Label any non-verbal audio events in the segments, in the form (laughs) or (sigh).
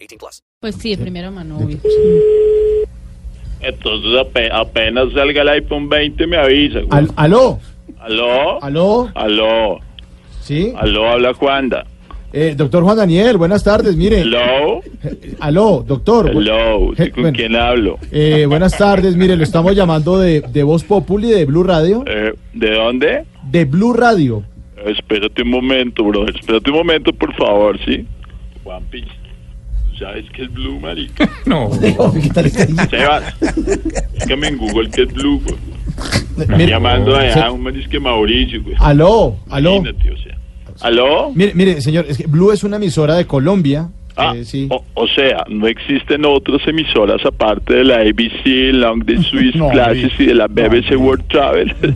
18 plus. Pues sí, de primera mano, obvio. Entonces ape- apenas salga el iPhone 20 me avisa. güey. Al- aló, aló, aló, aló, sí. aló, habla Juanda. Eh, doctor Juan Daniel, buenas tardes, mire. Hello, Aló, doctor. bu- hello, Eh, ¿con bueno, quién hablo? eh, buenas tardes, mire, lo estamos llamando de, de Voz Populi, de Blue Radio. Eh, ¿De dónde? Eh, De Blue Radio. Espérate un momento, bro. Espérate un momento, por favor, ¿sí? Juanpi, ¿sabes qué es Blue, (laughs) marica? Sebas, búscame en Google qué es Blue, güey. Están Mire, llamando se- allá, un man, es que Mauricio, güey. aló, aló. Imagínate, o sea. ¿Aló? Mire, mire, señor, es que Blue es una emisora de Colombia. Ah, eh, sí. o, o sea, no existen otras emisoras aparte de la ABC, Long the (laughs) Swiss No, Classes y de la BBC World (laughs) Travel. (laughs)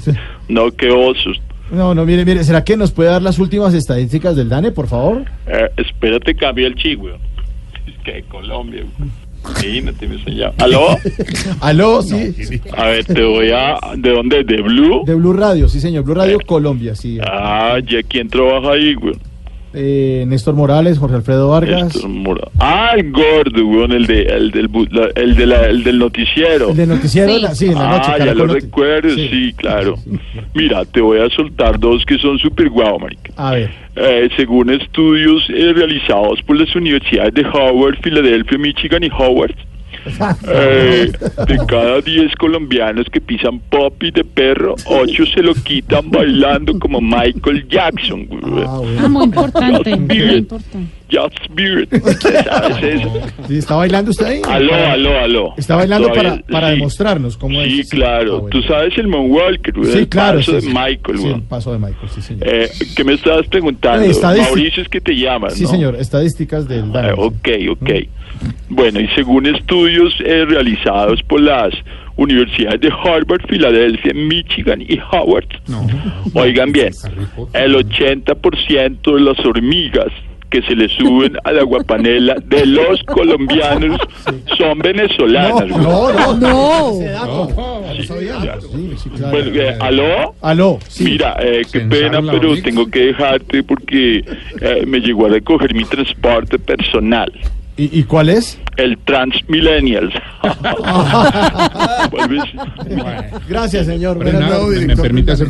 no, qué osos. No, no, mire, mire, ¿será que nos puede dar las últimas estadísticas del DANE, por favor? Eh, espérate, cambia el chi, güey. Es que de Colombia, güey. Imagínate, me enseñaba. ¿Aló? Aló, sí. A ver, te voy a... ¿De dónde? ¿De Blue? De Blue Radio, sí, señor. Blue Radio Colombia, sí. Ah, ¿ya quién trabaja ahí, güey? Eh, Néstor Morales, Jorge Alfredo Vargas. Néstor Mora. Ah, el gordo, güey, el, de, el, del, bu- la- el, de la- el del noticiero. El de noticiero, Sí. la- sí, en la noche. Ah, ya Caracol lo Noti- recuerdo, sí, claro. Mira, te voy a soltar dos que son súper guau, marica. A ver, Eh, según estudios eh, realizados por las universidades de Howard, Filadelfia, Michigan y Howard, (laughs) eh, de cada 10 colombianos que pisan poppy de perro, 8 se lo quitan bailando como Michael Jackson. güey. ah, Ah, bueno. muy importante, muy Bien. importante. Just Spirit. ¿Sabes eso? Sí, ¿Está bailando usted ahí? Aló, Para- aló, aló. Está bailando para, Todavía- para sí. demostrarnos cómo es. Sí, Ah, claro. bueno. Tú sabes el Moonwalker, güey. Sí, el claro. paso sí, de sí. Michael, Sí, güey. el paso de Michael, sí, señor. Eh, ¿Qué me estabas preguntando? Eh, estadística. Mauricio es que te llama, sí, ¿no? señor. Estadísticas del DANE. Eh, sí. ok, ok. Bueno, y según estudios eh, realizados por las universidades de Harvard, Filadelfia, Michigan y Howard, oigan bien, el 80% de las hormigas que se le suben a la guapanela (laughs) de los colombianos son venezolanas. güey. No, no, No. Ese dato. Oh. Sí, ya. Sí, sí, claro. Bueno, eh, ¿Aló? Aló, sí. Mira, eh, qué pena, pero tengo que dejarte porque eh, me llegó a recoger mi transporte personal, ¿Y, y cuál es? el Transmillennials. (laughs) Vuelves. Gracias, señor. Pero Buenas nada, noches. me permite hacer